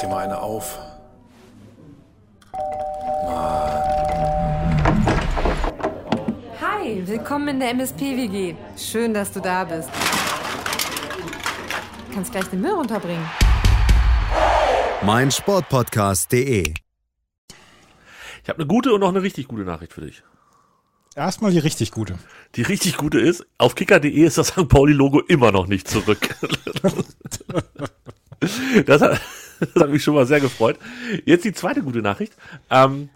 dir mal eine auf. Hi, willkommen in der MSP-WG. Schön, dass du da bist. Du kannst gleich den Müll runterbringen. mein Sportpodcast.de. Ich habe eine gute und noch eine richtig gute Nachricht für dich. Erstmal die richtig gute. Die richtig gute ist, auf kicker.de ist das St. Pauli-Logo immer noch nicht zurück. das, hat, das hat mich schon mal sehr gefreut. Jetzt die zweite gute Nachricht. Ähm,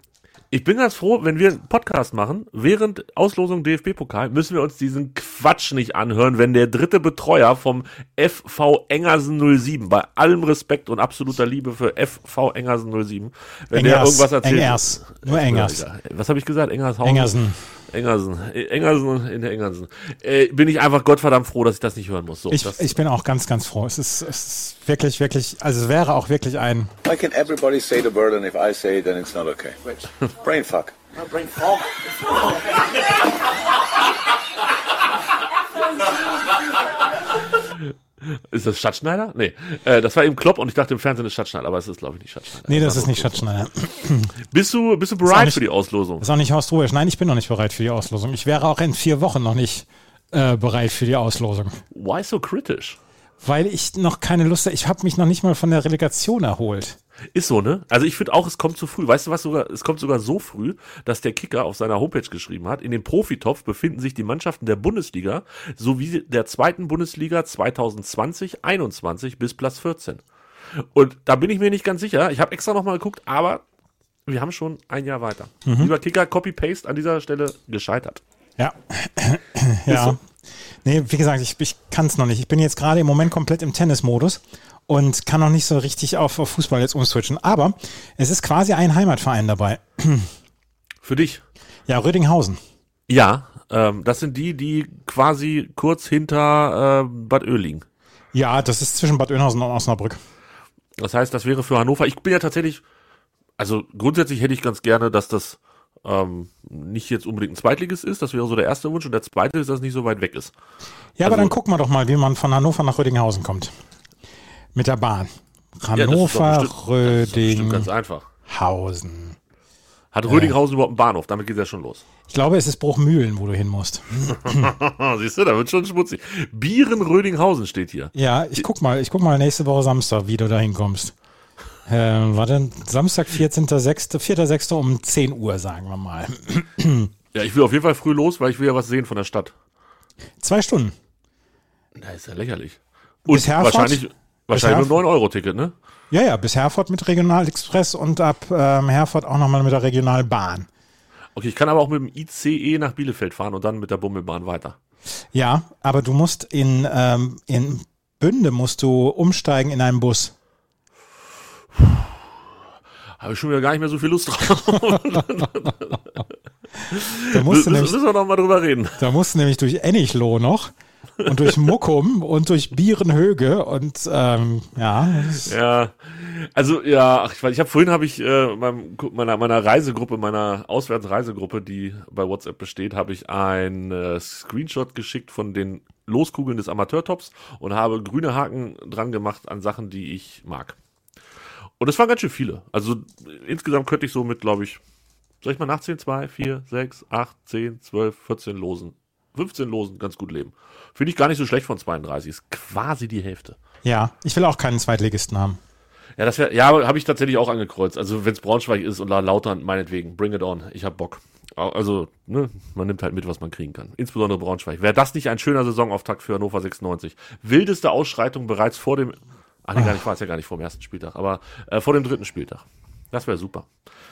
ich bin ganz froh, wenn wir einen Podcast machen, während Auslosung DFB-Pokal, müssen wir uns diesen Quatsch nicht anhören, wenn der dritte Betreuer vom FV Engersen 07, bei allem Respekt und absoluter Liebe für FV Engersen 07, wenn der irgendwas erzählt. Engers. Nur Engers. Was habe ich gesagt? Engershausen? Engersen. Engersen. Äh, Engersen in der Engersen. Äh, bin ich einfach gottverdammt froh, dass ich das nicht hören muss. So, Ich, Oh, das, ich bin auch ganz, ganz froh. Es ist, es ist wirklich, wirklich, also es wäre auch wirklich ein, Why can everybody say the word and if I say it then it's not okay? Brain fuck. ist das Stadtschneider? Nee. Äh, das war eben Klopp und ich dachte im Fernsehen ist Stadtschneider, aber es ist, glaube ich, nicht Stadtschneider. nee, das ist nicht Schatzschneider. Bist du, bist du auch bereit nicht- für die Auslosung? Ist auch nicht Horst Rubisch. Nein, ich bin noch nicht bereit für die Auslosung. Ich wäre auch in vier Wochen noch nicht äh, bereit für die Auslosung. Why so kritisch? Weil ich noch keine Lust habe. Ich habe mich noch nicht mal von der Relegation erholt. Ist so, ne? Also ich finde auch, es kommt zu früh. Weißt du was sogar? Es kommt sogar so früh, dass der Kicker auf seiner Homepage geschrieben hat, in dem Profitopf befinden sich die Mannschaften der Bundesliga sowie der zweiten Bundesliga 2020-21 bis Platz 14. Und da bin ich mir nicht ganz sicher. Ich habe extra nochmal geguckt, aber wir haben schon ein Jahr weiter. Lieber Kicker, Copy-Paste an dieser Stelle gescheitert. Ja. ja. Nee, wie gesagt, ich, ich kann es noch nicht. Ich bin jetzt gerade im Moment komplett im Tennismodus und kann noch nicht so richtig auf, auf Fußball jetzt umswitchen. Aber es ist quasi ein Heimatverein dabei. Für dich. Ja, Rödinghausen. Ja, ähm, das sind die, die quasi kurz hinter äh, Bad Oehl liegen. Ja, das ist zwischen Bad Oeynhausen und Osnabrück. Das heißt, das wäre für Hannover. Ich bin ja tatsächlich, also grundsätzlich hätte ich ganz gerne, dass das ähm, nicht jetzt unbedingt ein Zweitliges ist. Das wäre so der erste Wunsch. Und der zweite ist, dass es nicht so weit weg ist. Ja, aber Also- dann gucken wir doch mal, wie man von Hannover nach Rödinghausen kommt. Mit der Bahn. Ja, das ist doch Hannover, bestimmt- das ist doch bestimmt ganz einfach. Rödinghausen. Hat Rödinghausen überhaupt einen Bahnhof? Damit geht es ja schon los. Ich glaube, es ist Bruchmühlen, wo du hin musst. Ah, siehst du, da wird schon schmutzig. Bieren Rödinghausen steht hier. Ja, ich guck mal, ich guck mal nächste Woche Samstag, wie du da hinkommst. Ähm, warte, Samstag, 14.06., 4.06. um 10 Uhr, sagen wir mal. Ja, ich will auf jeden Fall früh los, weil ich will ja was sehen von der Stadt. Zwei Stunden. Das ist ja lächerlich. Und Bis Herford? wahrscheinlich, wahrscheinlich mit Herford? 9-Euro-Ticket, ne? Ja, ja, bis Herford mit Regionalexpress und ab ähm, Herford auch nochmal mit der Regionalbahn. Okay, ich kann aber auch mit dem ICE nach Bielefeld fahren und dann mit der Bummelbahn weiter. Ja, aber du musst in, ähm, in Bünde musst du umsteigen in einen Bus. Habe ich schon wieder gar nicht mehr so viel Lust drauf. Da musst du Müssen- nämlich, müssen wir noch mal drüber reden. da musst du nämlich durch Ennichloh noch und durch Muckum und durch Bierenhöge und ähm, ja, das- Ja, also ja, ach, ich, weiß, ich habe vorhin habe ich äh, meinem, meiner meiner Reisegruppe, meiner Auswärtsreisegruppe, die bei WhatsApp besteht, habe ich ein äh, Screenshot geschickt von den Loskugeln des Amateurtops und habe grüne Haken dran gemacht an Sachen, die ich mag. Und es waren ganz schön viele. Also äh, insgesamt könnte ich so mit, glaube ich, soll ich mal nachzählen? 2, 4, 6, 8, 10, 12, 14 Losen. 15 Losen, ganz gut leben. Finde ich gar nicht so schlecht von 32. Ist quasi die Hälfte. ja, ich will auch keinen Zweitligisten haben. Ja, das wär, ja, habe ich tatsächlich auch angekreuzt. Also wenn es Braunschweig ist und La- Lautern, meinetwegen, bring it on. Ich hab Bock. Au- Also, ne, man nimmt halt mit, was man kriegen kann. Insbesondere Braunschweig. Wäre das nicht ein schöner Saisonauftakt für Hannover 96? Wildeste Ausschreitung bereits vor dem. Ach nee, gar nicht, war es ja gar nicht vor dem ersten Spieltag, aber äh, vor dem dritten Spieltag. Das wäre super.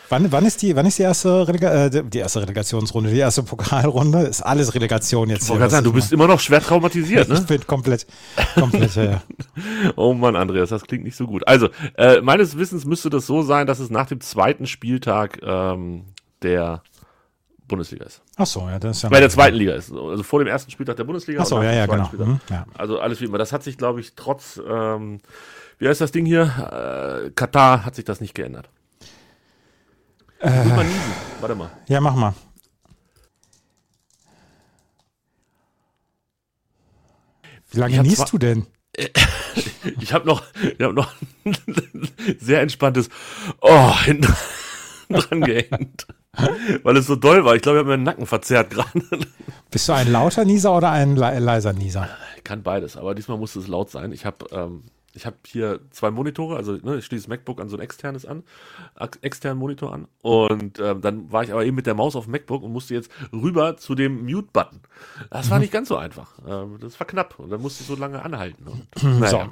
Wann, wann ist die, wann ist die erste, Relega äh, die erste Relegationsrunde, die erste Pokalrunde? Ist alles Relegation jetzt. Ich wollte gerade sagen, du bist immer noch schwer traumatisiert, ne? Ich ne? bin komplett, komplett, äh, ja, ja. Oh Mann, Andreas, das klingt nicht so gut. Also, äh, meines Wissens müsste das so sein, dass es nach dem zweiten Spieltag ähm, der Bundesliga ist. Ach so, ja, das ist ja. Bei der zweiten Liga ist. Also vor dem ersten Spieltag der Bundesliga. Ach so, und nach ja, dem ja, zweiten genau. Spieltag. Hm, ja. Also alles wie immer. Das hat sich, glaube ich, trotz, ähm, wie heißt das Ding hier? Äh, Katar hat sich das nicht geändert. Äh. Ich muss mal niesen. Warte mal. ja, mach mal. Wie lange Ich hab niest zwar- du denn? Ich habe noch, ich hab noch ein sehr entspanntes Oh hinten dran gehängt. Weil es so doll war. Ich glaube, ich habe mir den Nacken verzerrt gerade. Bist du ein lauter Nieser oder ein le leiser Nieser? Ich kann beides, aber diesmal musste es laut sein. Ich habe ähm, ich hab hier zwei Monitore, also ne, ich schließe das MacBook an so ein externes an, ex- externen Monitor an. Und ähm, dann war ich aber eben mit der Maus auf dem MacBook und musste jetzt rüber zu dem Mute-Button. Das war nicht ganz so einfach. Ähm, das war knapp und dann musste ich so lange anhalten. Und, naja. Können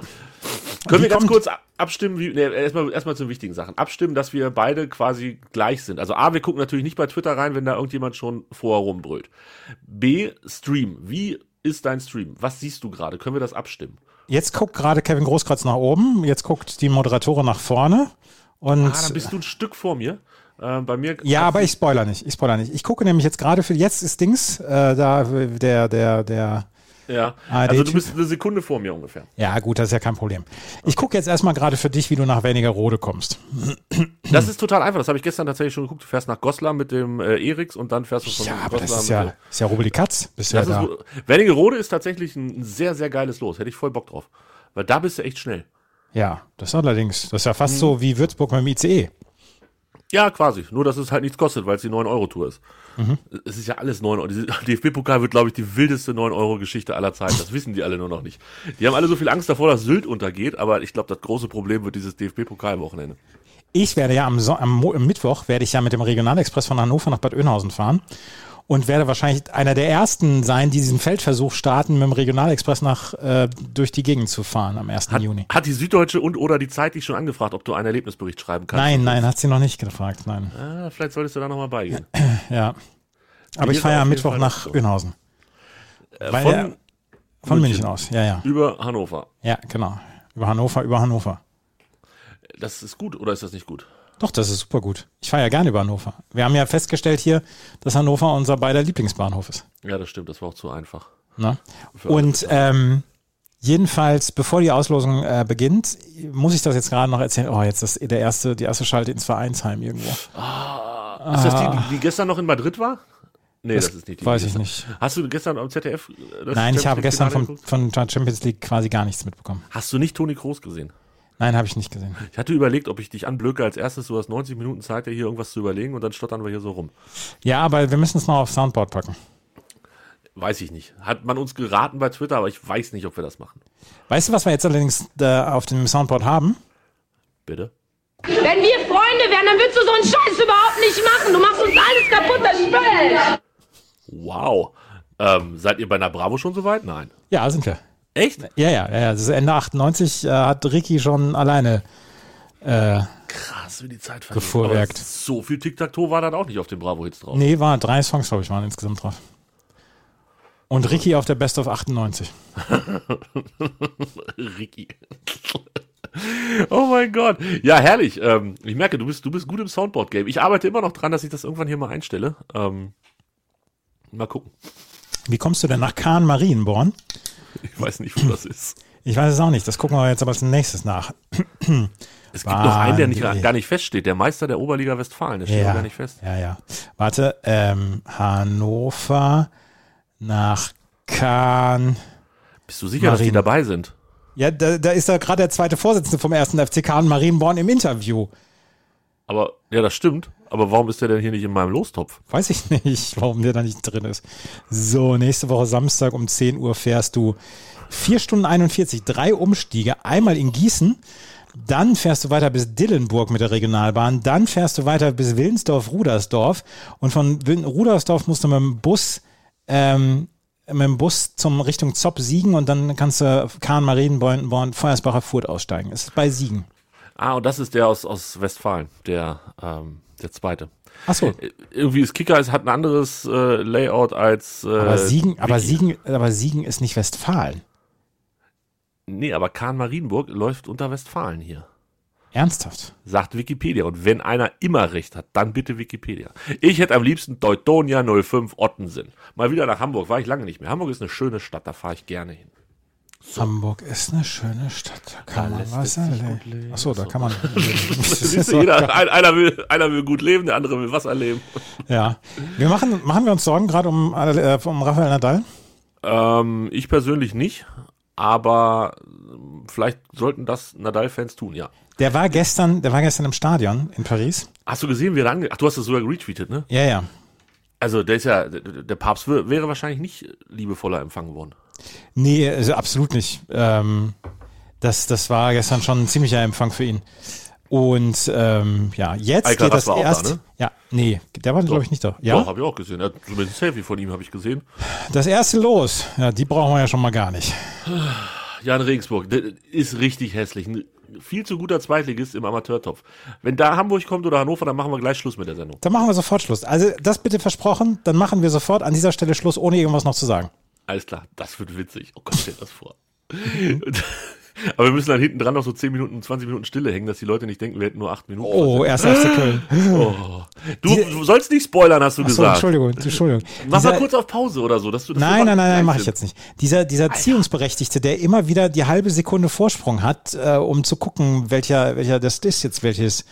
Wie wir ganz kommt- kurz ab- abstimmen, wie, nee, erstmal, erstmal zu den wichtigen Sachen. Abstimmen, dass wir beide quasi gleich sind. Also A, wir gucken natürlich nicht bei Twitter rein, wenn da irgendjemand schon vorher rumbrüllt. B, Stream. Wie ist dein Stream? Was siehst du gerade? Können wir das abstimmen? Jetzt guckt gerade Kevin Großkreuz nach oben, jetzt guckt die Moderatorin nach vorne. Und Ah, dann bist du ein Stück vor mir. Äh, bei mir. Ja, aber ich spoiler nicht. Ich spoiler nicht. Ich gucke nämlich jetzt gerade für jetzt ist Dings äh, da der der der Ja. Ah, also der du bist eine Sekunde vor mir ungefähr. ja, gut, das ist ja kein Problem. Ich gucke jetzt erstmal gerade für dich, wie du nach Wernigerode kommst. Das ist total einfach. Das habe ich gestern tatsächlich schon geguckt. Du fährst nach Goslar mit dem äh, Eriks und dann fährst du von Ja, aber das Goslar ist ja, mit- ist ja Rubel die Katz. Bist ja Das da. ist, Wernigerode ist tatsächlich ein sehr, sehr geiles Los. Hätte ich voll Bock drauf. Weil da bist du echt schnell. Ja, das ist allerdings, das ist ja Mhm. fast so wie Würzburg mit dem E. ICE. Ja, quasi. Nur, dass es halt nichts kostet, weil es die 9-Euro-Tour ist. Mhm. Es ist ja alles 9 Euro. Diese- DFB-Pokal wird, glaube ich, die wildeste 9-Euro-Geschichte aller Zeiten. Das wissen die alle nur noch nicht. Die haben alle so viel Angst davor, dass Sylt untergeht, aber ich glaube, das große Problem wird dieses DFB-Pokal-Wochenende. Ich werde ja am, Son am Mo am Mittwoch werde ich ja mit dem Regionalexpress von Hannover nach Bad Oeynhausen fahren und werde wahrscheinlich einer der ersten sein, die diesen Feldversuch starten, mit dem Regionalexpress nach äh, durch die Gegend zu fahren am 1. Juni. Hat die Süddeutsche und oder die Zeit dich schon angefragt, ob du einen Erlebnisbericht schreiben kannst? Nein, nein, hat sie noch nicht gefragt. Nein. Ah, vielleicht solltest du da nochmal beigehen. Ja. Aber Mir ich fahre ist ja am auf jeden Mittwoch Fall nach so. Oeynhausen. Weil Äh, von ja- von München München. aus. Ja, ja. Über Hannover. Ja, genau. Über Hannover, über Hannover. Das ist gut oder ist das nicht gut? Doch, das ist super gut. Ich fahre ja gerne über Hannover. Wir haben ja festgestellt hier, dass Hannover unser beider Lieblingsbahnhof ist. Ja, das stimmt. Das war auch zu einfach. Ne? Und ähm, jedenfalls, bevor die Auslosung äh, beginnt, muss ich das jetzt gerade noch erzählen. Oh, jetzt ist der erste, die erste Schalte ins Vereinsheim irgendwo. Ist das die, die gestern noch in Madrid war? Nee, das, Das ist nicht die. Ah. weiß die ich gestern- nicht. Hast du gestern am ZDF äh, das Nein, ich Champions habe League gestern Finale vom, geguckt? von Champions League quasi gar nichts mitbekommen. Hast du nicht Toni Kroos gesehen? Nein, habe ich nicht gesehen. Ich hatte überlegt, ob ich dich anblöcke als erstes. Du hast 90 Minuten Zeit, dir hier irgendwas zu überlegen und dann stottern wir hier so rum. Ja, aber wir müssen es noch auf Soundboard packen. Weiß ich nicht. Hat man uns geraten bei Twitter, aber ich weiß nicht, ob wir das machen. Weißt du, was wir jetzt allerdings äh, auf dem Soundboard haben? Bitte? Wenn wir Freunde wären, dann würdest du so einen Scheiß überhaupt nicht machen. Du machst uns alles kaputt, das Spiel. Wow. Ähm, seid ihr bei einer Bravo schon so weit? Nein. Ja, sind wir. Echt? Ja, ja, ja. ja. Das ist Ende 98 äh, hat Ricky schon alleine. Äh, Krass, wie Ah, die Zeit vergeht. Gefuhrwerkt. Aber So viel Tic-Tac-Toe war dann auch nicht auf den Bravo-Hits drauf. nee, war drei Songs, glaube ich, waren insgesamt drauf. Und Ricky auf der Best of 98. Ricky. Oh mein Gott. Ja, herrlich. Ähm, ich merke, du bist, du bist gut im Soundboard-Game. Ich arbeite immer noch dran, dass ich das irgendwann hier mal einstelle. Ähm, mal gucken. Wie kommst du denn nach Kahn Marienborn? Ich weiß nicht, wo das ist. Ich weiß es auch nicht. Das gucken wir jetzt aber als nächstes nach. Es gibt noch einen, der nicht, Wahnsinn. gar nicht feststeht. Der Meister der Oberliga Westfalen. Der steht noch gar nicht fest. ja, ja. Warte, ähm, Hannover nach Kahn. Bist du sicher, dass die Marien. dabei sind? Ja, da, da ist da gerade der zweite Vorsitzende vom ersten FC Kahn Marienborn im Interview. Aber, ja, das stimmt. Aber warum ist der denn hier nicht in meinem Lostopf? Weiß ich nicht, warum der da nicht drin ist. So, nächste Woche Samstag um 10 Uhr fährst du 4 Stunden 41, drei Umstiege, einmal in Gießen, dann fährst du weiter bis Dillenburg mit der Regionalbahn, dann fährst du weiter bis Willensdorf-Rudersdorf und von Willen- Rudersdorf musst du mit dem Bus, ähm, mit dem Bus zum Richtung Zopp siegen und dann kannst du Kahn, Marienborn, Born, Feuersbacher Furt aussteigen. Es ist bei Siegen. Ah, und das ist der aus, aus Westfalen. Der, ähm, der zweite. Achso, Äh, Irgendwie ist Kicker, es hat ein anderes äh, Layout als. Äh, aber Siegen, aber Wiki. Siegen, aber Siegen ist nicht Westfalen. Nee, aber Kahn-Marienburg läuft unter Westfalen hier. Ernsthaft. Sagt Wikipedia. Und wenn einer immer recht hat, dann bitte Wikipedia. Ich hätte am liebsten Teutonia 05 Ottensen. Mal wieder nach Hamburg, war ich lange nicht mehr. Hamburg ist eine schöne Stadt, da fahre ich gerne hin. Hamburg ist eine schöne Stadt. Da kann man was erleben. Achso, da kann man. Siehst du, jeder, ein, einer, will, einer will gut leben, der andere will was erleben. ja. Wir machen, machen wir uns Sorgen gerade um, äh, um Rafael Nadal. Ähm, ich persönlich nicht, aber vielleicht sollten das Nadal-Fans tun, ja. Der war gestern, der war gestern im Stadion in Paris. Hast du gesehen, wie er ange... Ach, du hast das sogar retweetet, ne? Ja, ja. Also, der ist ja, der der Papst wär- wäre wahrscheinlich nicht liebevoller empfangen worden. Nee, also absolut nicht. Ähm, das, das war gestern schon ein ziemlicher Empfang für ihn. Und ähm, ja, jetzt Alcaraz geht das war auch da, erst. ne? Ja, nee, der war, glaube ich, nicht da. Ja, Doch, habe ich auch gesehen. Ja, zumindest ein Selfie von ihm habe ich gesehen. das erste los. Ja, die brauchen wir ja schon mal gar nicht. Jan Regensburg, der ist richtig hässlich. Ein viel zu guter Zweitligist im Amateurtopf. Wenn da Hamburg kommt oder Hannover, dann machen wir gleich Schluss mit der Sendung. Dann machen wir sofort Schluss. Also, das bitte versprochen, dann machen wir sofort an dieser Stelle Schluss, ohne irgendwas noch zu sagen. Alles klar, das wird witzig. Oh Gott, stell dir das vor. Mhm. Aber wir müssen dann hinten dran noch so 10 Minuten, 20 Minuten Stille hängen, dass die Leute nicht denken, wir hätten nur 8 Minuten. Oh, erst FC Köln. Du, du sollst nicht spoilern, hast du So, gesagt. Entschuldigung, Entschuldigung. Mach mal Dieser- kurz auf Pause oder so, dass du das Nein, nein, nein, nein, mache ich Sinn. jetzt nicht. Dieser, dieser Ziehungsberechtigte, der immer wieder die halbe Sekunde Vorsprung hat, äh, um zu gucken, welcher, welcher das ist jetzt, welches,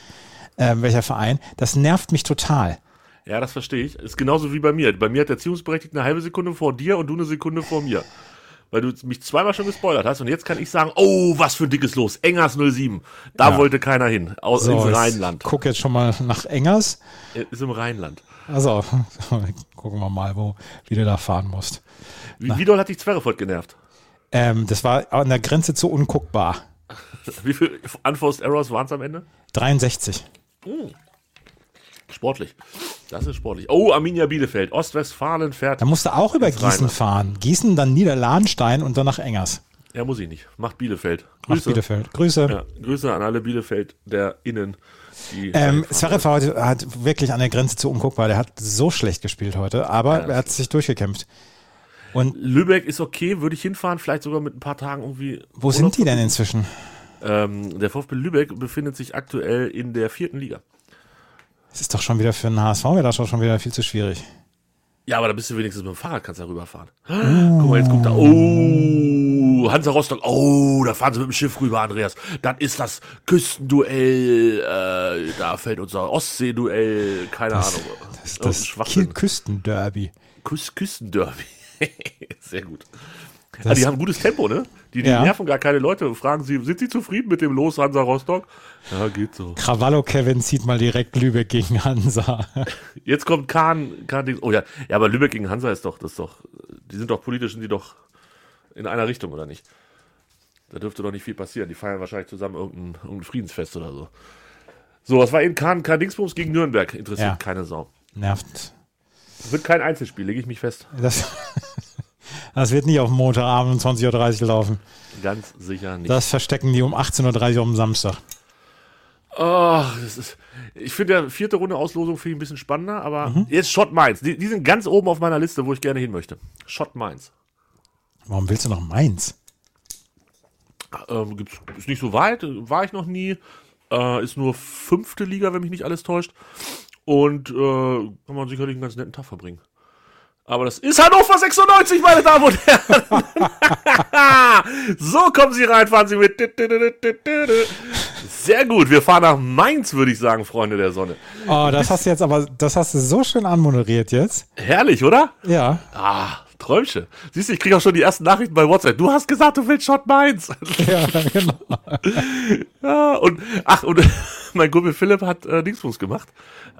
äh, welcher Verein, das nervt mich total. Ja, das verstehe ich. Ist genauso wie bei mir. Bei mir hat der Erziehungsberechtigte eine halbe Sekunde vor dir und du eine Sekunde vor mir. Weil du mich zweimal schon gespoilert hast und jetzt kann ich sagen, oh, was für ein dickes Los. Engers 07. Da wollte keiner hin. Aus ins ich Rheinland. Guck jetzt schon mal nach Engers. Äh, Ist im Rheinland. Also, gucken wir mal, wo, wie du da fahren musst. Wie, wie doll hat dich Zwerrefort genervt? Ähm, das war an der Grenze zu unguckbar. Wie viele Unforced Errors waren es am Ende? 63. Sportlich. Das ist sportlich. Oh, Arminia Bielefeld. Ostwestfalen fährt. Da musst du auch über Ins Gießen Rheinland. fahren. Gießen, dann Niederlahnstein und dann nach Engers. Ja, muss ich nicht. Macht Bielefeld. Nach Bielefeld. Grüße. Ja, Grüße an alle Bielefeld der Innen. Die Ähm, Zverev hat, hat wirklich an der Grenze zu unguckbar. Der hat so schlecht gespielt heute, aber er hat sich durchgekämpft. Lübeck ist okay, würde ich hinfahren, vielleicht sogar mit ein paar Tagen irgendwie. Wo sind die denn inzwischen? Ähm, der VfB Lübeck befindet sich aktuell in der vierten Liga. Es ist doch schon wieder für den HSV, wäre das schon wieder viel zu schwierig. Ja, aber da bist du wenigstens mit dem Fahrrad, kannst da rüberfahren. Guck mal, jetzt guckt da. Oh, Hansa Rostock. Oh, da fahren sie mit dem Schiff rüber, Andreas. Dann ist das Küstenduell. Äh, da fällt unser Ostseeduell. Keine Ahnung. Das, Irgendein das Kiel Schwachsinn. Küstenderby. Küs Küstenderby. Sehr gut. Das- also die haben gutes Tempo, ne? Die, die Ja. nerven gar keine Leute und fragen sie, sind sie zufrieden mit dem Los Hansa Rostock? Ja, geht so. Krawallo Kevin zieht mal direkt Lübeck gegen Hansa. Jetzt kommt Kahn, Kahn Dings- Oh ja, ja, aber Lübeck gegen Hansa ist doch, das ist doch, die sind doch politisch, sind die doch in einer Richtung, oder nicht? Da dürfte doch nicht viel passieren. Die feiern wahrscheinlich zusammen irgendein, irgendein Friedensfest oder so. So, was war eben Kahn, Kahn Dingsbums gegen Nürnberg? Interessiert Ja. keine Sau. Nervt. Wird kein Einzelspiel, lege ich mich fest. Das, das wird nicht auf Montagabend um 20.30 Uhr laufen. Ganz sicher nicht. Das verstecken die um 18.30 Uhr am Samstag. Ach, das ist, ich finde ja vierte Runde Auslosung finde ich ein bisschen spannender, aber jetzt Schott Mainz. Die, die sind ganz oben auf meiner Liste, wo ich gerne hin möchte. Schott Mainz. Warum willst du noch Mainz? Ähm, gibt's, ist nicht so weit, äh, war ich noch nie. Äh, ist nur fünfte Liga, wenn mich nicht alles täuscht. Und äh, kann man sicherlich einen ganz netten Tag verbringen. Aber das ist Hannover 96, meine Damen und Herren. so kommen sie rein, fahren sie mit. Sehr gut, wir fahren nach Mainz, würde ich sagen, Freunde der Sonne. Oh, das hast du jetzt aber, das hast du so schön anmoderiert jetzt. Herrlich, oder? Ja. Ah, Träumchen. Siehst du, ich kriege auch schon die ersten Nachrichten bei WhatsApp. Du hast gesagt, du willst Shot Mainz. Ja, genau. ja, und ach, und mein Kumpel Philipp hat äh, Dingsbums gemacht.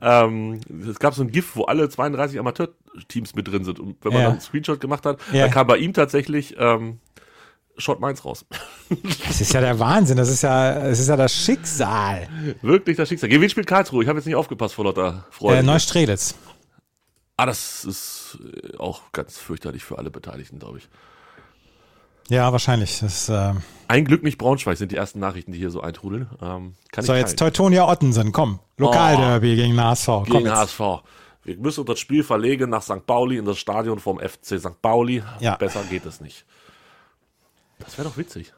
Ähm, es gab so ein GIF, wo alle 32 Amateurteams mit drin sind. Und wenn man Ja. dann einen Screenshot gemacht hat, Ja. dann kam bei ihm tatsächlich ähm, Shot Mainz raus. Das ist ja der Wahnsinn, das ist ja, es ist ja das Schicksal. Wirklich das Schicksal. Gegen wen spielt Karlsruhe? Ich habe jetzt nicht aufgepasst vor lauter Äh, Freude. Neustrelitz. ah, das ist äh, auch ganz fürchterlich für alle Beteiligten, glaube ich. Ja, wahrscheinlich. Das, äh, Ein Glück nicht Braunschweig sind die ersten Nachrichten, die hier so eintrudeln. Ähm, kann so, ich jetzt teilen. Teutonia Ottensen, komm. Lokalderby gegen den HSV. Komm gegen jetzt. HSV. Wir müssen das Spiel verlegen nach St. Pauli in das Stadion vom FC St. Pauli. Ja. Besser geht es nicht. Das wäre doch witzig.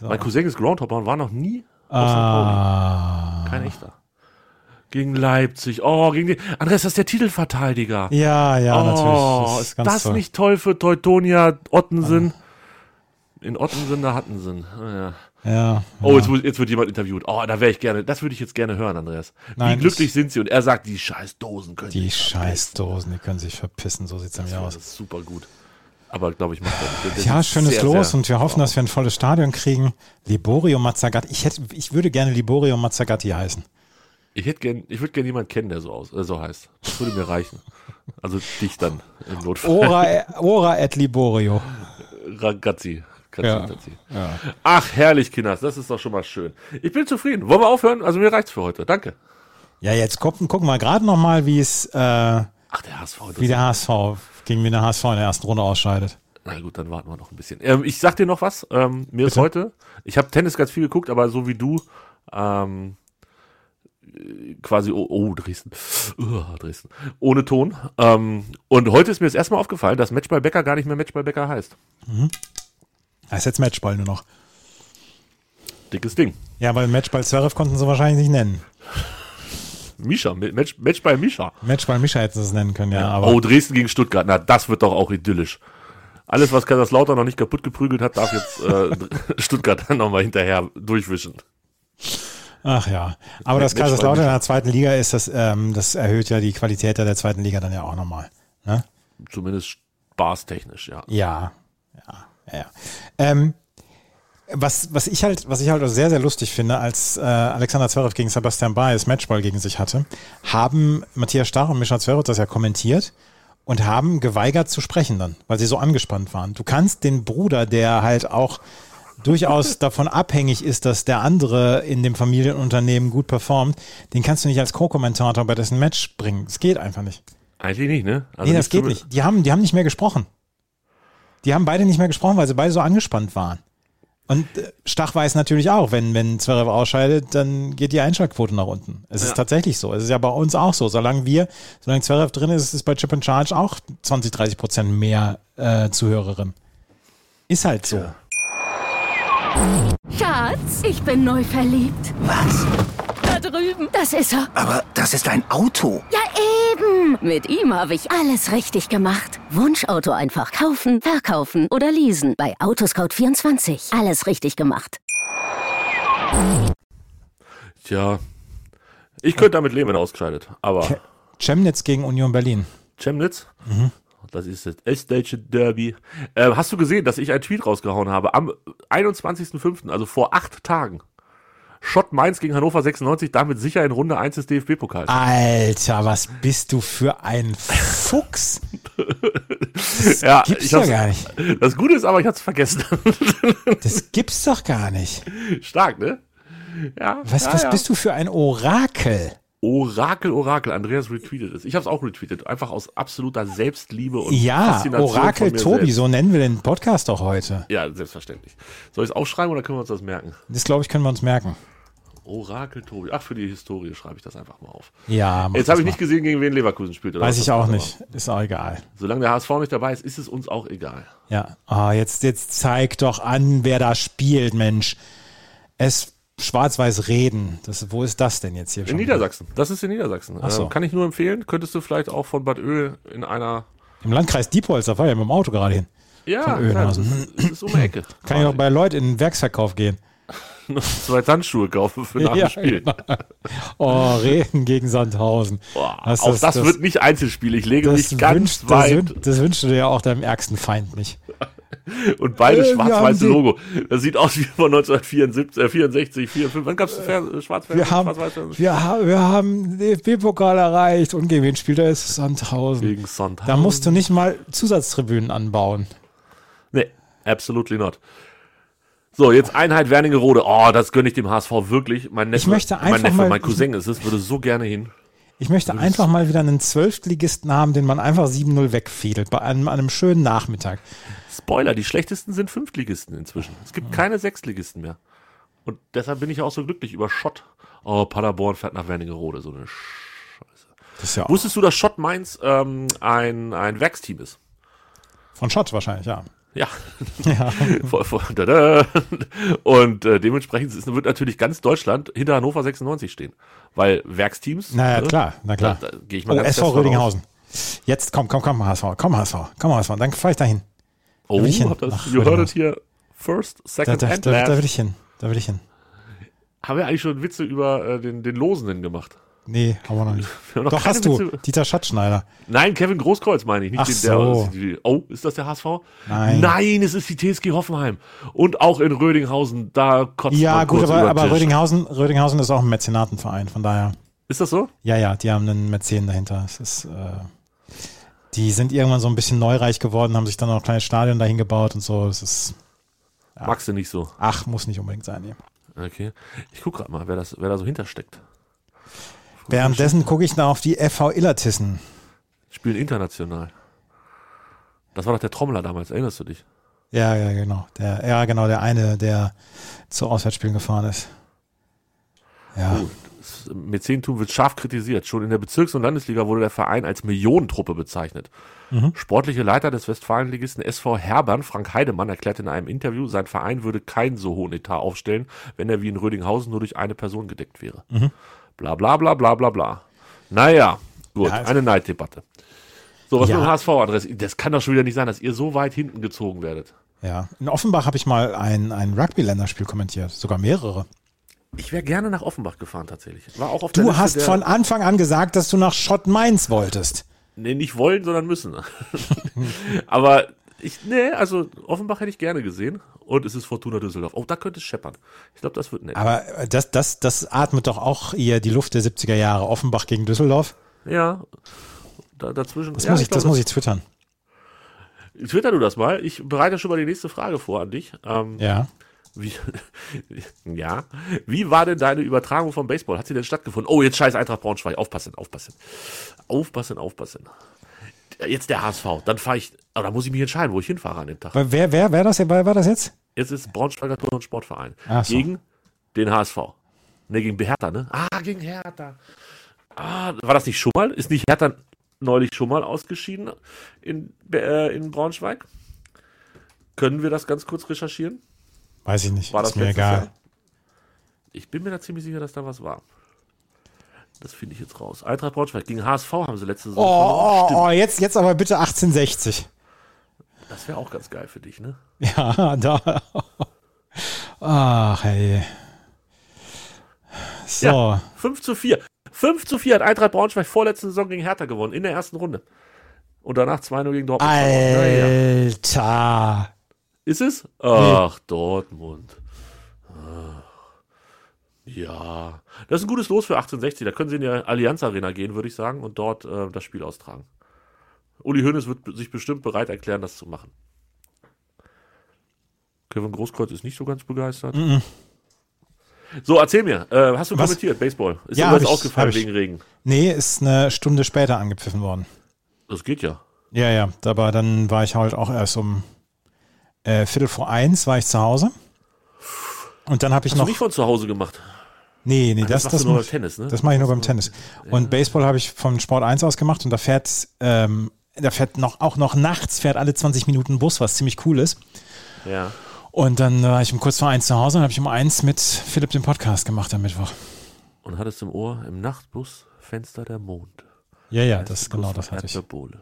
Mein Cousin ist Groundhopper und war noch nie auf Ah. St. Pauli. Kein echter. Gegen Leipzig. Oh, gegen die. Andreas, das ist der Titelverteidiger. Ja, ja, oh, natürlich. ist, das toll. nicht toll für Teutonia Ottensen? In Ottensen, da hatten sie. ihn. Ah, Ja. Ja. Oh, jetzt, muss- jetzt wird jemand interviewt. Oh, da wäre ich gerne, das würde ich jetzt gerne hören, Andreas. Nein, Wie glücklich ich- sind sie? Und er sagt, die scheiß Dosen können Die sich verpissen. Scheißdosen, die können sich verpissen, so sieht's nämlich Das aus. ist super gut. aber glaube ich, macht er nicht. Der- der Ja, sieht schönes sehr, Los sehr- und wir hoffen, dass wir ein volles Stadion kriegen. Liborio Mazzagatti. Ich, hätte, ich würde gerne Liborio Mazzagatti heißen. Ich hätte gern, ich würde gerne jemanden kennen, der so aus, äh, so heißt. Das würde mir reichen. Also dich dann im Notfall. Ora, Ora et Liborio. Ragazzi. Katzi, Ja. Katzi. Ja. Ach, herrlich, Kinders, das ist doch schon mal schön. Ich bin zufrieden. Wollen wir aufhören? Also mir reicht's für heute. Danke. Ja, jetzt gucken, gucken wir gerade nochmal, wie es, äh, Ach, der HSV. das- wie der HSV, gegen wen der HSV in der ersten Runde ausscheidet. Na gut, dann warten wir noch ein bisschen. Ähm, ich sag dir noch was. Ähm, mir ist heute, ich habe Tennis ganz viel geguckt, aber so wie du, ähm, äh, quasi, oh, oh Dresden, Uah, Dresden, ohne Ton. Ähm, und heute ist mir das erste Mal aufgefallen, dass Match by Becker gar nicht mehr Match by Becker heißt. Das Ah, ist jetzt Matchball nur noch. Dickes Ding. Ja, weil Matchball Zverev konnten sie wahrscheinlich nicht nennen. Misha, Mi- Match, Match by Misha. Matchball Mischa hätten sie es nennen können, ja. Aber oh, Dresden gegen Stuttgart. Na, das wird doch auch idyllisch. Alles, was Kaiserslautern noch nicht kaputt geprügelt hat, darf jetzt äh, Stuttgart dann nochmal hinterher durchwischen. Ach ja, aber das Mensch, Kaiserslautern Mensch. in der zweiten Liga ist, das, ähm, das erhöht ja die Qualität der zweiten Liga dann ja auch nochmal. Ne? Zumindest spaßtechnisch, ja. Ja, ja, ja. ja. Ähm, was, was ich halt, was ich halt auch sehr, sehr lustig finde, als äh, Alexander Zverev gegen Sebastian Baez Matchball gegen sich hatte, haben Matthias Stach und Mischa Zverev das ja kommentiert und haben geweigert zu sprechen dann, weil sie so angespannt waren. Du kannst den Bruder, der halt auch durchaus davon abhängig ist, dass der andere in dem Familienunternehmen gut performt, den kannst du nicht als Co-Kommentator bei dessen Match bringen. Es geht einfach nicht. Eigentlich nicht, ne? Also Nee, das geht zu- nicht. Die haben, die haben nicht mehr gesprochen. Die haben beide nicht mehr gesprochen, weil sie beide so angespannt waren. Und äh, Stach weiß natürlich auch, wenn, wenn Zverev ausscheidet, dann geht die Einschaltquote nach unten. Es ist tatsächlich so. Es ist ja bei uns auch so. Solange wir, solange Zverev drin ist, ist es bei Chip and Charge auch 20, 30 Prozent mehr äh, Zuhörerin. Ist halt so. Schatz, ich bin neu verliebt. Was? Da drüben. Das ist er. Aber das ist ein Auto. Ja, eben. Mit ihm habe ich alles richtig gemacht. Wunschauto einfach kaufen, verkaufen oder leasen. Bei Autoscout24. Alles richtig gemacht. Tja. Ich könnte damit leben, wenn er ausgescheidet. Aber Chemnitz gegen Union Berlin. Chemnitz, Mhm. das ist das Estdeutsche Derby. Ähm, hast du gesehen, dass ich einen Tweet rausgehauen habe? Am 21.05., also vor acht Tagen. Schott Mainz gegen Hannover 96, damit sicher in Runde 1 des DFB-Pokals. Alter, was bist du für ein Fuchs? ja, Gibt's ich ja hab's- gar nicht. Das Gute ist aber, ich hab's vergessen. Das gibt's doch gar nicht. Stark, ne? Ja. Was, ja, was ja. bist du für ein Orakel? Orakel, Orakel. Andreas retweetet es. Ich hab's auch retweetet. Einfach aus absoluter Selbstliebe und Ja, Faszination Orakel von mir Tobi, selbst. so nennen wir den Podcast doch heute. Ja, selbstverständlich. Soll ich es aufschreiben oder können wir uns das merken? Das, glaube ich, können wir uns merken. Orakel Tobi. Ach, für die Historie schreibe ich das einfach mal auf. Ja, mach Jetzt habe das ich mal. nicht gesehen, gegen wen Leverkusen spielt. Oder Weiß was ich das auch war, nicht. Ist auch egal. aber Solange der HSV nicht dabei ist, ist es uns auch egal. Ja. Ah, jetzt, jetzt zeig doch an, wer da spielt, Mensch. Es schwarz-weiß reden. Das, wo ist das denn jetzt hier In schon? Niedersachsen. Das ist in Niedersachsen. so. Ähm, kann ich nur empfehlen. Könntest du vielleicht auch von Bad Oehl in einer. Im Landkreis Diepholz, da fahr ich ja mit dem Auto gerade hin. Ja, Von klar, das Oehlhausen. ist, das ist um die Ecke. Kann ich auch bei Leuten in den Werksverkauf gehen. zwei Tanzschuhe kaufen für nach Ja, dem Spiel. genau. Oh, Reden gegen Sandhausen. Boah, Was, auch das, wird nicht Einzelspiel. Ich lege mich ganz wünscht- das, weit wün- das wünschst du dir ja auch deinem ärgsten Feind nicht. und beide Äh, wir haben schwarz-weiße sie- Logo. Das sieht aus wie von 1964, äh, 64, 54. Wann gab's äh, es Wir haben, schwarz-weiß? wir, haben, wir haben den DFB-Pokal erreicht und gegen wen spielt er? Es ist Sandhausen. Gegen Sandhausen. Da musst du nicht mal Zusatztribünen anbauen. Nee, absolutely not. So, jetzt Einheit Wernigerode. Oh, das gönne ich dem HSV wirklich. Mein Neffe, Ich möchte mein, einfach Neffe mal- mein Cousin ist es, würde so gerne hin. Ich möchte einfach mal wieder einen Zwölftligisten haben, den man einfach 7-0 wegfädelt, bei einem, an einem schönen Nachmittag. Spoiler, die schlechtesten sind Fünftligisten inzwischen. Es gibt keine Sechstligisten mehr. Und deshalb bin ich auch so glücklich über Schott. Oh, Paderborn fährt nach Wernigerode. So eine Sch Das ist ja auch Wusstest du, dass Schott Mainz ähm, ein, ein Werksteam ist? von Schott wahrscheinlich, ja. Ja. Voll- voll- tada. Und äh, dementsprechend ist, wird natürlich ganz Deutschland hinter Hannover 96 stehen. Weil Werksteams. Naja, ne? klar, na klar. Da, da gehe ich mal Oh, ganz SV fest von Rödinghausen. Jetzt komm, komm, komm, HSV, komm, HSV, komm, HSV, dann fahr ich dahin. Oh, will ich hin. habt ihr das, Ach, you warte heard mal. it here first, Da, second da, and da, da will last. ich hin, da will ich hin. Haben wir eigentlich schon Witze über äh, den, den Losenden gemacht? Nee, haben wir noch nicht. haben noch Doch, keine hast du. Witze. Dieter Schatzschneider. Nein, Kevin Großkreuz meine ich. Nicht Ach den, so. der, die- oh, ist das der HSV? Nein. Nein, es ist die TSG Hoffenheim. Und auch in Rödinghausen, da kotzt Ja, man gut, kurz über aber, den aber Tisch. Rödinghausen, Rödinghausen ist auch ein Mäzenatenverein, von daher. Ist das so? Ja, ja, die haben einen Mäzen dahinter. Es ist, äh, die sind irgendwann so ein bisschen neureich geworden, haben sich dann auch ein kleines Stadion dahin gebaut und so. Es ist, Magst du nicht so. ach, muss nicht unbedingt sein. Nee. Okay. Ich guck gerade mal, wer, das, wer da so hintersteckt. Währenddessen gucke ich da auf die FV Illertissen. Spielen international. Das war doch der Trommler damals, erinnerst du dich? Ja, ja, genau. Der, ja, genau, der eine, der zu Auswärtsspielen gefahren ist. Ja. Das Mäzentum wird scharf kritisiert. Schon in der Bezirks- und Landesliga wurde der Verein als Millionentruppe bezeichnet. Mhm. Sportliche Leiter des Westfalenligisten SV Herbern, Frank Heidemann, erklärte in einem Interview, sein Verein würde keinen so hohen Etat aufstellen, wenn er wie in Rödinghausen nur durch eine Person gedeckt wäre. Mhm. Bla bla bla bla bla bla. Naja, gut, Ja, also- eine Neiddebatte. So, was Ja. mit dem HSV-Adresse? Das kann doch schon wieder nicht sein, dass ihr so weit hinten gezogen werdet. Ja, in Offenbach habe ich mal ein, ein Rugby-Länderspiel kommentiert, sogar mehrere. Ich wäre gerne nach Offenbach gefahren, tatsächlich. War auch auf der Du Liste hast der, von Anfang an gesagt, dass du nach Schott Mainz wolltest. Nee, nicht wollen, sondern müssen. Aber ich, nee, also Offenbach hätte ich gerne gesehen. Und es ist Fortuna Düsseldorf. Oh, da könnte es scheppern. Ich glaube, das wird nett. Aber äh, das, das, das atmet doch auch eher die Luft der 70er Jahre. Offenbach gegen Düsseldorf. ja. Da, dazwischen. Das, ja, muss, ich, glaub, das muss ich twittern. Twitter du das mal. Ich bereite schon mal die nächste Frage vor an dich. Ähm, Ja. Wie, ja. Wie war denn deine Übertragung vom Baseball? Hat sie denn stattgefunden? Oh, jetzt scheiß Eintracht Braunschweig. Aufpassen, aufpassen. Aufpassen, aufpassen. Jetzt der HSV. Dann fahre ich. Aber da muss ich mich entscheiden, wo ich hinfahre an dem Tag. Wer, wer, wer, wer, das, wer war das jetzt? Jetzt ist Braunschweiger Turn- und Sportverein. Ach so. Gegen den HSV. Ne, gegen Hertha, ne? Ah, gegen Hertha. Ah, war das nicht schon mal? Ist nicht Hertha neulich schon mal ausgeschieden in, äh, in Braunschweig? Können wir das ganz kurz recherchieren? Weiß ich nicht. War ist das mir letztes egal. Jahr? Ich bin mir da ziemlich sicher, dass da was war. Das finde ich jetzt raus. Eintracht Braunschweig gegen HSV haben sie letzte Saison. Oh, verloren. oh, oh, jetzt, jetzt aber bitte 1860. Stimmt, das wäre auch ganz geil für dich, ne? Ja, da. Ach, hey. So. Ja, 5 zu 4. 5 zu 4 hat Eintracht Braunschweig vorletzte Saison gegen Hertha gewonnen, in der ersten Runde. Und danach 2-0 gegen Dortmund. Naja. Alter. Ist es? Ach, Dortmund. Ach. Ja. Das ist ein gutes Los für 1860. Da können sie in die Allianz Arena gehen, würde ich sagen, und dort äh, das Spiel austragen. Uli Hoeneß wird b- sich bestimmt bereit erklären, das zu machen. Kevin Großkreuz ist nicht so ganz begeistert. So, erzähl mir, äh, hast du Mhm. Was? kommentiert, Baseball? Ist Ja, ja, irgendwas hab ich- ausgefallen hab ich. wegen Regen? Nee, ist eine Stunde später angepfiffen worden. Das geht ja. Ja, ja, aber dann war ich halt auch erst um äh, Viertel vor eins war ich zu Hause. Und dann habe ich Hast noch. du nicht von zu Hause gemacht? Nee, nee, das, machst das, du nur mach beim ich- Tennis, ne? Das mache ich nur beim Tennis. Und Baseball habe ich von Sport 1 aus gemacht und da fährt, ähm, da fährt noch, auch noch nachts fährt alle 20 Minuten ein Bus, was ziemlich cool ist. Ja. Und dann war ich um kurz vor eins zu Hause und habe ich um eins mit Philipp den Podcast gemacht am Mittwoch. Und hattest im Ohr im Nachtbus Fenster der Mond. Ja, ja, das genau das hatte ich. Erdbeerbohle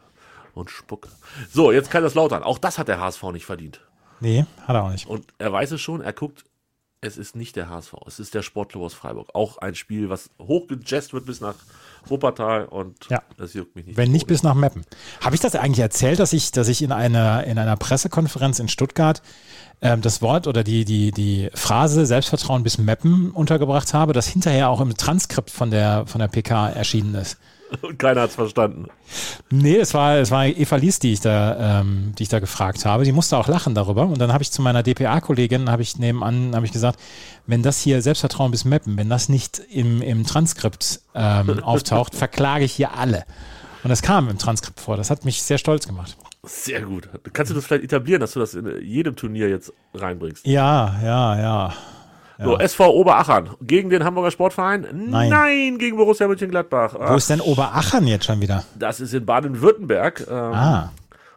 und Spucke. So, jetzt kann das lautern. Auch das hat der HSV nicht verdient. Nee, hat er auch nicht. Und er weiß es schon, er guckt, es ist nicht der HSV, es ist der Sportclub aus Freiburg. Auch ein Spiel, was hochgejazzt wird bis nach Wuppertal und Ja. das juckt mich nicht. Wenn nicht bis bis nach Meppen. Habe ich das eigentlich erzählt, dass ich, dass ich in einer, in einer Pressekonferenz in Stuttgart ähm, das Wort oder die, die, die Phrase Selbstvertrauen bis Meppen untergebracht habe, das hinterher auch im Transkript von der, von der PK erschienen ist? Und keiner hat es verstanden. Nee, es war, es war Eva Lies, die ich da, ähm, die ich da gefragt habe. Die musste auch lachen darüber. Und dann habe ich zu meiner DPA-Kollegin, habe ich nebenan, habe ich gesagt, wenn das hier Selbstvertrauen bis Meppen, wenn das nicht im, im Transkript ähm, auftaucht, verklage ich hier alle. Und das kam im Transkript vor. Das hat mich sehr stolz gemacht. Sehr gut. Kannst du das vielleicht etablieren, dass du das in äh, jedem Turnier jetzt reinbringst? Ja, ja, ja. So, SV Oberachern gegen den Hamburger Sportverein? Nein. gegen Borussia Mönchengladbach. Wo Ah, ist denn Oberachern jetzt schon wieder? das ist in Baden-Württemberg. Ähm, Ah,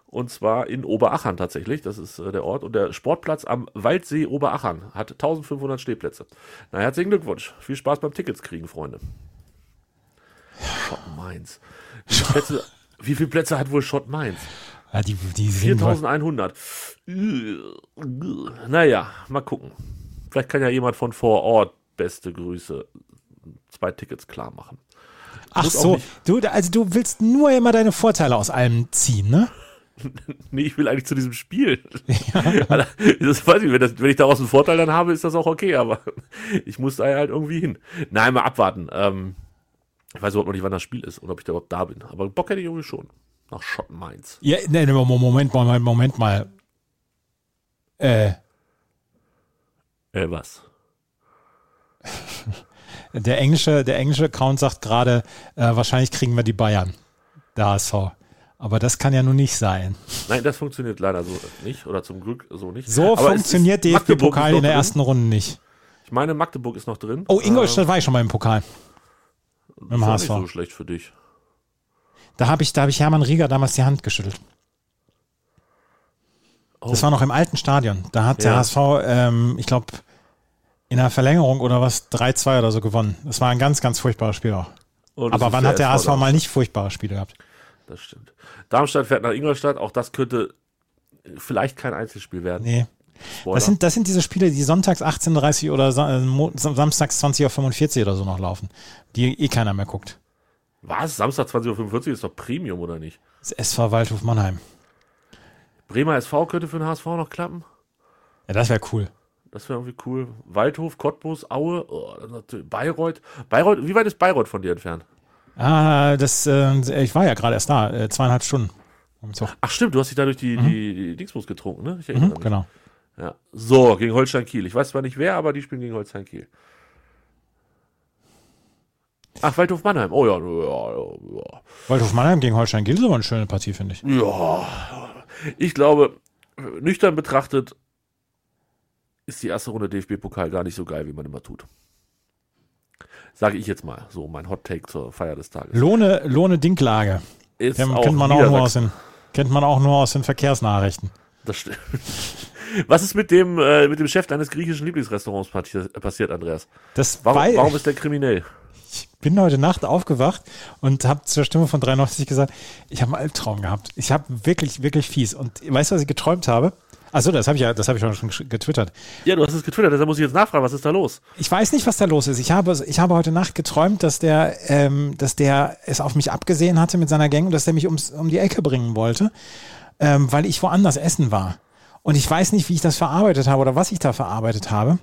Und zwar in Oberachern tatsächlich. Das ist äh, der Ort. Und der Sportplatz am Waldsee Oberachern hat 1500 Stehplätze. Na, herzlichen Glückwunsch. Viel Spaß beim Tickets kriegen, Freunde. Schott Mainz. Wie viele Plätze, wie viele Plätze hat wohl Schott Mainz? ja, die, die sind wohl- 4100. Naja, mal gucken. Vielleicht kann ja jemand von vor Ort beste Grüße zwei Tickets klar machen. Ach Muss auch so, nicht. du, also du willst nur immer deine Vorteile aus allem ziehen, ne? Nee, ich will eigentlich zu diesem Spiel. Das weiß ich, wenn, das, wenn ich daraus einen Vorteil dann habe, ist das auch okay, aber ich muss da halt irgendwie hin. Nein, mal abwarten. Ähm, ich weiß überhaupt noch nicht, wann das Spiel ist oder ob ich da überhaupt da bin. Aber Bock hätte ich irgendwie schon. Nach Schotten Mainz. Ja, nee, nee, Moment, Moment, Moment mal. Äh, Äh, was? der englische, der englische Account sagt gerade, äh, wahrscheinlich kriegen wir die Bayern. Der HSV. Aber das kann ja nun nicht sein. Nein, das funktioniert leider so nicht oder zum Glück so nicht. So Aber es funktioniert ist- Magdeburg ist DFB-Pokal noch in der drin. ersten Runde nicht. Ich meine, Magdeburg ist noch drin. Oh, Ähm. Ingolstadt war ich schon mal im Pokal. Das im war HSV. nicht so schlecht für dich. Da habe ich, da hab ich Hermann Rieger damals die Hand geschüttelt. Das war noch im alten Stadion. Da hat der Oh. Ja. HSV, ähm, ich glaube, in der Verlängerung oder was, 3-2 oder so gewonnen. Das war ein ganz, ganz furchtbares Spiel auch. Oh, das Aber ist wann hat der HSV da. mal nicht furchtbare Spiele gehabt? Das stimmt. Darmstadt fährt nach Ingolstadt. Auch das könnte vielleicht kein Einzelspiel werden. Nee. Spoiler. Das sind, das sind diese Spiele, die sonntags 18.30 Uhr oder sa- äh, mo- sam- samstags 20.45 Uhr oder so noch laufen, die eh keiner mehr guckt. Was? Samstag 20.45 Uhr ist doch Premium, oder nicht? Das SV Waldhof Mannheim. Bremer SV könnte für den HSV noch klappen. Ja, das wäre cool. Das wäre irgendwie cool. Waldhof, Cottbus, Aue, oh, dann natürlich Bayreuth. Bayreuth, wie weit ist Bayreuth von dir entfernt? Ah, das, äh, ich war ja gerade erst da, äh, zweieinhalb Stunden. Im Zug. Ach stimmt, du hast dich dadurch die, die, die Dingsbus getrunken, ne? Ich erinnere Mhm, mich. genau. Ja. So, gegen Holstein Kiel. Ich weiß zwar nicht wer, aber die spielen gegen Holstein Kiel. Ach, Waldhof Mannheim. Oh ja, ja, ja, Waldhof Mannheim gegen Holstein Kiel ist aber eine schöne Partie, finde ich. ja. Ich glaube, nüchtern betrachtet ist die erste Runde DFB-Pokal gar nicht so geil, wie man immer tut. Sage ich jetzt mal, so mein Hot Take zur Feier des Tages. Lohne, Lohne Dinklage. Ist Kennt, kennt, man auch nur aus den, kennt man auch nur aus den Verkehrsnachrichten. Das stimmt. Was ist mit dem, äh, mit dem Chef deines griechischen Lieblingsrestaurants parti- passiert, Andreas? Das Warum, weil- warum ist der kriminell? Ich bin heute Nacht aufgewacht und habe zur Stimme von 93 gesagt, ich habe einen Albtraum gehabt. Ich habe wirklich, wirklich fies. Und weißt du, was ich geträumt habe? Achso, das habe ich ja, das habe ich auch schon gesch- getwittert. Ja, du hast es getwittert, deshalb muss ich jetzt nachfragen, was ist da los? Ich weiß nicht, was da los ist. Ich habe, ich habe heute Nacht geträumt, dass der, ähm, dass der es auf mich abgesehen hatte mit seiner Gang und dass der mich ums, um die Ecke bringen wollte, ähm, weil ich woanders essen war. Und ich weiß nicht, wie ich das verarbeitet habe oder was ich da verarbeitet habe.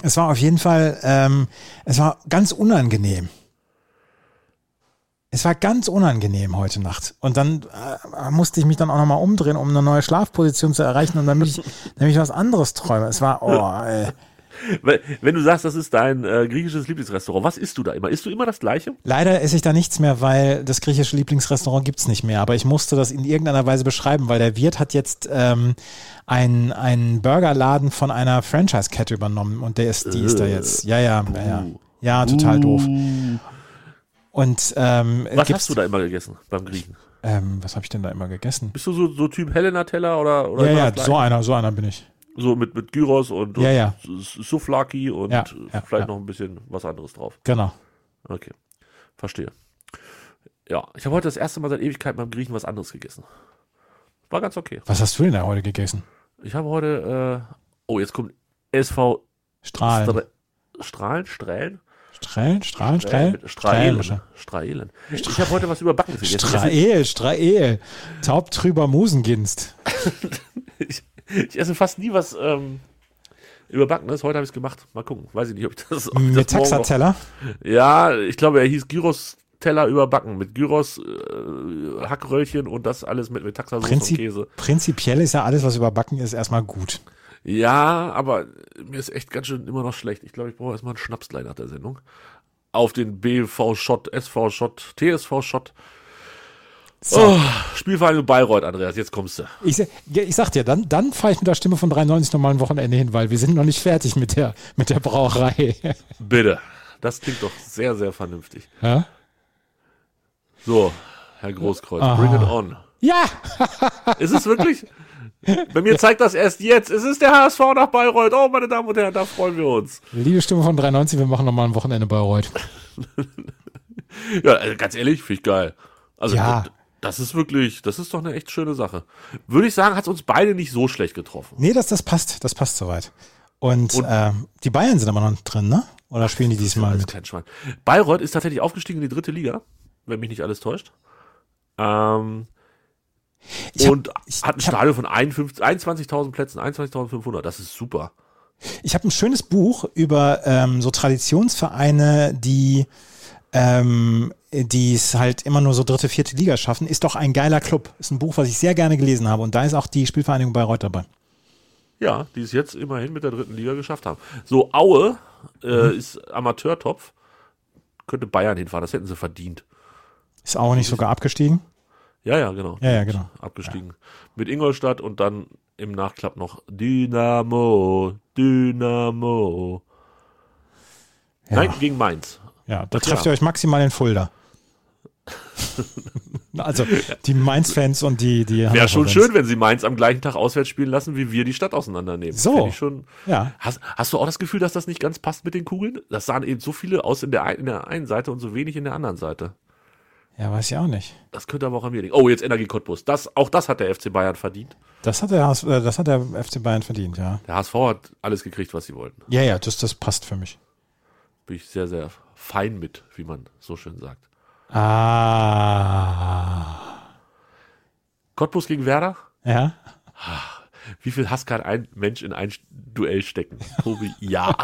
Es war auf jeden Fall, ähm, es war ganz unangenehm. Es war ganz unangenehm heute Nacht. Und dann äh, musste ich mich dann auch nochmal umdrehen, um eine neue Schlafposition zu erreichen und damit ich, damit ich was anderes träume. Es war, oh, ey. Weil, wenn du sagst, das ist dein äh, griechisches Lieblingsrestaurant, was isst du da immer? Isst du immer das gleiche? Leider esse ich da nichts mehr, weil das griechische Lieblingsrestaurant gibt's nicht mehr. Aber ich musste das in irgendeiner Weise beschreiben, weil der Wirt hat jetzt ähm, einen, einen Burgerladen von einer Franchise-Kette übernommen und der ist, die ist da jetzt. Ja, ja, ja, ja. Ja, total doof. Und ähm, Uh. Was gibt's- hast du da immer gegessen beim Griechen? Ähm, was habe ich denn da immer gegessen? Bist du so, so Typ Helena Teller oder, oder Ja, immer ja, das so Gleiche? einer, so einer bin ich. so mit, mit Gyros und, und Ja, ja. S- Souvlaki und Ja, äh, ja, vielleicht ja. noch ein bisschen was anderes drauf. Genau. Okay. Verstehe. Ja, ich habe heute das erste Mal seit Ewigkeiten beim Griechen was anderes gegessen. War ganz okay. Was hast du denn da heute gegessen? Ich habe heute, äh, oh, jetzt kommt SV Strahlen. Stra Strahlen, Strählen? Strahlen, Strahlen, Strahlen? Strahlen? Strahlen. Strahlen. Ich habe heute was überbackenes gegessen. Strael, Strael. Taubtrüber Musenginst. Ich, ich esse fast nie was ähm, überbackenes. Heute habe ich es gemacht. Mal gucken. Weiß ich nicht, ob ich das. Ob ich Mit das morgen noch- Taxateller. Ja, ich glaube, er hieß Gyros Teller überbacken mit Gyros, äh, Hackröllchen und das alles mit Metaxasauce und Käse. Prinzip, prinzipiell ist ja alles, was überbacken ist, erstmal gut. Ja, aber mir ist echt ganz schön immer noch schlecht. Ich glaube, ich brauche erstmal einen Schnaps gleich nach der Sendung. Auf den BV-Shot, SV-Shot, TSV-Shot. So. Oh, Spielvereinigung Bayreuth, Andreas, jetzt kommst du. Ich, se- ja, ich sag dir, dann, dann fahre ich mit der Stimme von 93 nochmal ein Wochenende hin, weil wir sind noch nicht fertig mit der, mit der Brauerei. Bitte. Das klingt doch sehr, sehr vernünftig. Ja? So, Herr Großkreuz, bring it on. ja! Ist es wirklich? Bei mir zeigt das erst jetzt. Es ist der HSV nach Bayreuth. Oh, meine Damen und Herren, da freuen wir uns. Liebe Stimme von 93, wir machen nochmal ein Wochenende Bayreuth. Ja, also ganz ehrlich, finde ich geil. Also, Ja. d- das ist wirklich, das ist doch eine echt schöne Sache. Würde ich sagen, hat es uns beide nicht so schlecht getroffen. Nee, das, das passt, das passt soweit. Und, äh, die Bayern ähm, sind aber noch drin, ne? Oder spielen die diesmal Alles mit? kein Schwein. Bayreuth ist tatsächlich aufgestiegen in die dritte Liga, wenn mich nicht alles täuscht. Ähm, Ich hab- und ich- hat ein ich hab- Stadion von 51 21.000 Plätzen, 21.500. Das ist super. Ich habe ein schönes Buch über ähm, so Traditionsvereine, die ähm, die es halt immer nur so dritte, vierte Liga schaffen. Ist doch ein geiler Club. Ist ein Buch, was ich sehr gerne gelesen habe. Und da ist auch die Spielvereinigung Bayreuth dabei. Ja, die es jetzt immerhin mit der dritten Liga geschafft haben. So, Aue äh, Mhm. ist Amateurtopf. Könnte Bayern hinfahren, das hätten sie verdient. Ist auch nicht sogar abgestiegen. Ja, ja, genau. Ja, ja, genau. Abgestiegen. Mit Ingolstadt und dann im Nachklapp noch Dynamo, Dynamo. Nein, gegen Mainz. Ja, da trefft ihr euch maximal in Fulda. also die Mainz-Fans und die, die Wäre schon Hannover-Fans. schön, wenn sie Mainz am gleichen Tag auswärts spielen lassen, wie wir die Stadt auseinandernehmen. So. Fänd Ich schon, Ja. hast, hast du auch das Gefühl, dass das nicht ganz passt mit den Kugeln? Das sahen eben so viele aus in der, ein- in der einen Seite und so wenig in der anderen Seite. Ja, weiß ich auch nicht. Das könnte aber auch an mir liegen. Oh, jetzt Energie Cottbus. Das, auch das hat der FC Bayern verdient. Das hat der, HSV äh, das hat der FC Bayern verdient, ja. Der HSV hat alles gekriegt, was sie wollten. Ja, ja, das, das passt für mich. Bin ich sehr, sehr fein mit, wie man so schön sagt. Ah. Cottbus gegen Werder? Ja. Wie viel Hass kann ein Mensch in ein Duell stecken? Tobi, ja.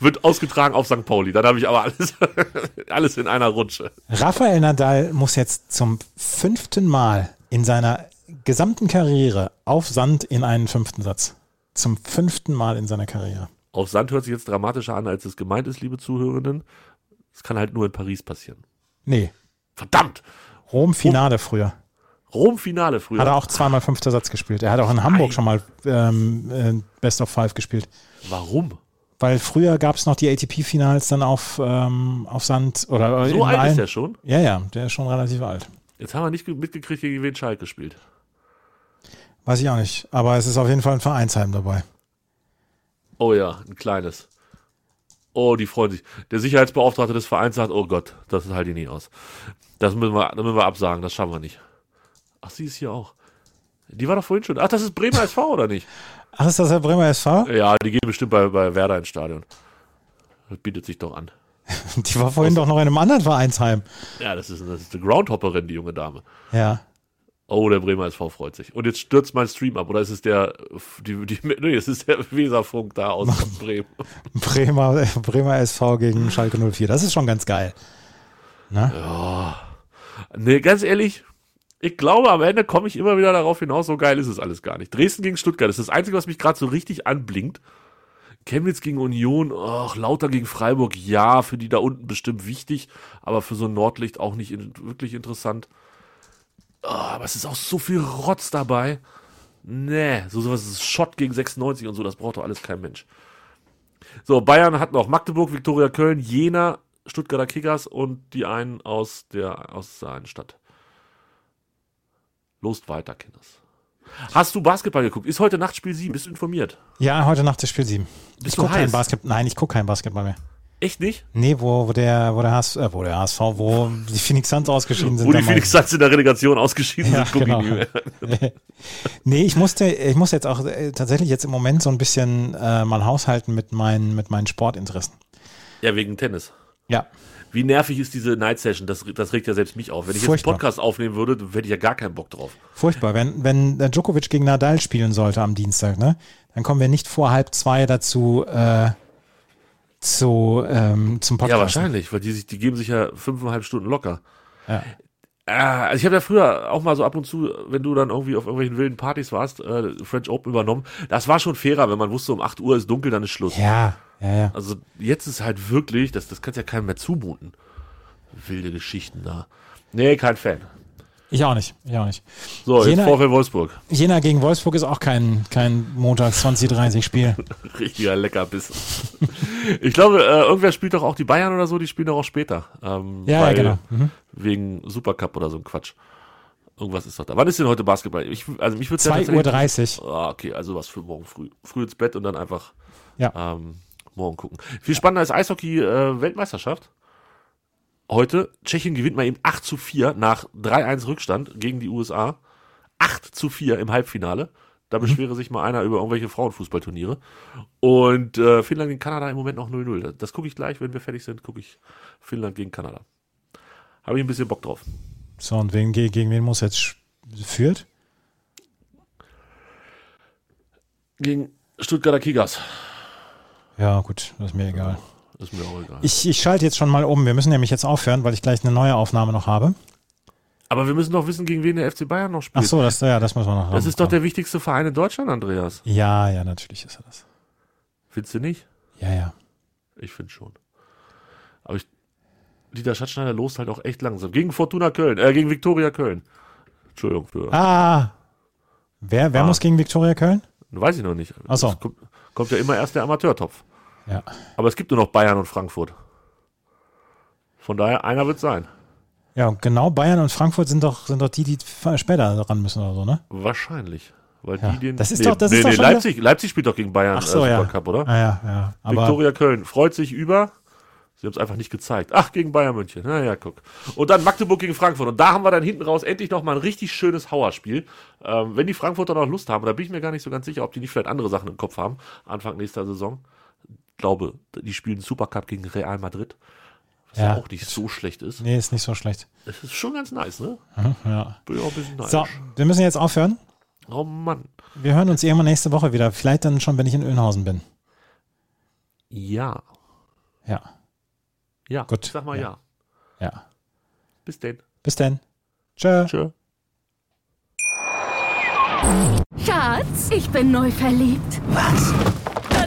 Wird ausgetragen auf St. Pauli. Dann habe ich aber alles, alles in einer Rutsche. Rafael Nadal muss jetzt zum fünften Mal in seiner gesamten Karriere auf Sand in einen fünften Satz. Zum fünften Mal in seiner Karriere. Auf Sand hört sich jetzt dramatischer an, als es gemeint ist, liebe Zuhörenden. Es kann halt nur in Paris passieren. Nee, Verdammt! Rom Finale früher. Rom-Finale früher. Hat er auch zweimal fünfter Satz gespielt. Er hat auch in Hamburg schon mal ähm, äh, Best of Five gespielt. Warum? Weil früher gab es noch die ATP-Finals dann auf, ähm, auf Sand oder So alt ist allen- er schon. Ja, ja, der ist schon relativ alt. Jetzt haben wir nicht ge- mitgekriegt, gegen wen Schalke spielt. Weiß ich auch nicht. Aber es ist auf jeden Fall ein Vereinsheim dabei. Oh ja, ein kleines. Oh, die freuen sich. Der Sicherheitsbeauftragte des Vereins sagt, oh Gott, das halte ich nie aus. Das müssen wir, das müssen wir absagen, das schaffen wir nicht. Ach, sie ist hier auch. Die war doch vorhin schon. Ach, das ist Bremer SV, oder nicht? Ach, ist das der Bremer SV? Ja, die gehen bestimmt bei, bei Werder ins Stadion. Das bietet sich doch an. Die war vorhin doch noch in einem anderen Vereinsheim. Ja, das ist, das ist eine Groundhopperin, die junge Dame. Ja. Oh, der Bremer SV freut sich. Und jetzt stürzt mein Stream ab, oder ist es der, die, die, nee, es ist der Weserfunk da aus Bremen. Bremer, Bremer SV gegen Schalke 04. Das ist schon ganz geil. Nee, ganz ehrlich, ich glaube, am Ende komme ich immer wieder darauf hinaus, so geil ist es alles gar nicht. Dresden gegen Stuttgart das ist das Einzige, was mich gerade so richtig anblinkt. Chemnitz gegen Union, ach, Lauter gegen Freiburg, ja, für die da unten bestimmt wichtig, aber für so ein Nordlicht auch nicht in, wirklich interessant. Ah, aber es ist auch so viel Rotz dabei. Nee, so sowas ist Schott gegen 96 und so, das braucht doch alles kein Mensch. So, Bayern hat noch Magdeburg, Viktoria Köln, Jena, Stuttgarter Kickers und die einen aus der, aus der einen Stadt. Lost weiter, Kinders. Hast du Basketball geguckt? Ist heute Nacht Spiel 7, bist du informiert? Ja, heute Nacht ist Spiel 7. ich du gucke kein heiß? Basketball. Nein, ich gucke kein Basketball mehr. Echt nicht? Nee, wo, wo der, wo der HSV, äh, wo der HSV, wo die Phoenix Suns ausgeschieden sind. Wo die da mal- Phoenix Suns in der Relegation ausgeschieden Ja, sind, guck genau. ich nicht mehr. Nee, ich musste, ich muss jetzt auch äh, tatsächlich jetzt im Moment so ein bisschen äh, mal haushalten mit meinen, mit meinen Sportinteressen. Ja, wegen Tennis. Ja. Wie nervig ist diese Night Session? Das, das regt ja selbst mich auf. Wenn ich jetzt Furchtbar. einen Podcast aufnehmen würde, dann hätte ich ja gar keinen Bock drauf. Furchtbar. Wenn, wenn äh, Djokovic gegen Nadal spielen sollte am Dienstag, ne, dann kommen wir nicht vor halb zwei dazu, äh, zu, ähm, zum Podcast. Ja, wahrscheinlich, weil die, sich, die geben sich ja fünfeinhalb Stunden locker. Ja. Äh, Also ich habe ja früher auch mal so ab und zu, wenn du dann irgendwie auf irgendwelchen wilden Partys warst, äh, French Open übernommen. Das war schon fairer, wenn man wusste, um 8 Uhr ist dunkel, dann ist Schluss. Ja, ja, ja. Also jetzt ist halt wirklich, das, das kannst ja keinem mehr zumuten. Wilde Geschichten da. Nee, kein Fan. Ich auch nicht. Ich auch nicht. So, jetzt Jena- VfL Wolfsburg. Jena gegen Wolfsburg ist auch kein, kein Montag 2030 Spiel. Richtiger Leckerbiss. ich glaube, äh, irgendwer spielt doch auch die Bayern oder so, die spielen doch auch später. Ähm, Ja, ja, weil- genau. Wegen Supercup oder so ein Quatsch. Irgendwas ist doch da. Wann ist denn heute Basketball? Ich, also mich würde 2.30 Uhr. Ah, okay, also was für morgen früh. Früh ins Bett und dann einfach Ja. ähm, morgen gucken. Viel spannender ist Eishockey-Weltmeisterschaft. Heute, Tschechien gewinnt mal eben 8 zu 4 nach 3-1 Rückstand gegen die USA. 8 zu 4 im Halbfinale. Da Mhm. beschwere sich mal einer über irgendwelche Frauenfußballturniere. Und äh, Finnland gegen Kanada im Moment noch 0-0. Das gucke ich gleich, wenn wir fertig sind, gucke ich Finnland gegen Kanada. Habe ich ein bisschen Bock drauf. So, und wen, ge- gegen wen muss jetzt sch- führt? Gegen Stuttgarter Kickers. Ja, gut, das ist mir egal. Ist mir auch egal. Ich, ich schalte jetzt schon mal um. Wir müssen nämlich jetzt aufhören, weil ich gleich eine neue Aufnahme noch habe. Aber wir müssen doch wissen, gegen wen der FC Bayern noch Ach spielt. so, das, ja, das müssen wir noch haben. Das ist doch der wichtigste Verein in Deutschland, Andreas. Ja, ja, natürlich ist er das. Findest du nicht? Ja, ja. Ich finde schon. Aber ich, Dieter Schatzschneider lost halt auch echt langsam. Gegen Fortuna Köln, äh, gegen Viktoria Köln. Entschuldigung für. Ah! Wer, wer muss gegen Viktoria Köln? Weiß ich noch nicht. Ach so. Es Kommt, kommt ja immer erst der Amateurtopf. Ja. Aber es gibt nur noch Bayern und Frankfurt. Von daher, einer wird sein. Ja, und genau, Bayern und Frankfurt sind doch, sind doch die, die f- später ran müssen oder so, ne? Wahrscheinlich. Weil Ja. die den. Das ist doch- das ist doch schon Leipzig, Leipzig spielt doch gegen Bayern Ach so, äh, ja. Supercup, oder? Ah, ja, ja. Aber Viktoria Köln freut sich über. Sie haben es einfach nicht gezeigt. Ach, gegen Bayern München. Naja, guck. Und dann Magdeburg gegen Frankfurt. Und da haben wir dann hinten raus endlich nochmal ein richtig schönes Hauerspiel. Ähm, wenn die Frankfurter noch Lust haben, da bin ich mir gar nicht so ganz sicher, ob die nicht vielleicht andere Sachen im Kopf haben, Anfang nächster Saison. Ich glaube, die spielen Supercup gegen Real Madrid. Was ja, Ja. auch nicht so schlecht ist. Nee, ist nicht so schlecht. Das ist schon ganz nice, ne? Ja. Bin ja auch ein bisschen nice. So, wir müssen jetzt aufhören. Oh Mann. Wir hören uns irgendwann nächste Woche wieder. Vielleicht dann schon, wenn ich in Önhausen bin. Ja. Ja, Ja. Gut. Ich Sag mal ja. ja. Bis denn. Bis dann. Tschö. Tschö. Schatz, ich bin neu verliebt. Was? Da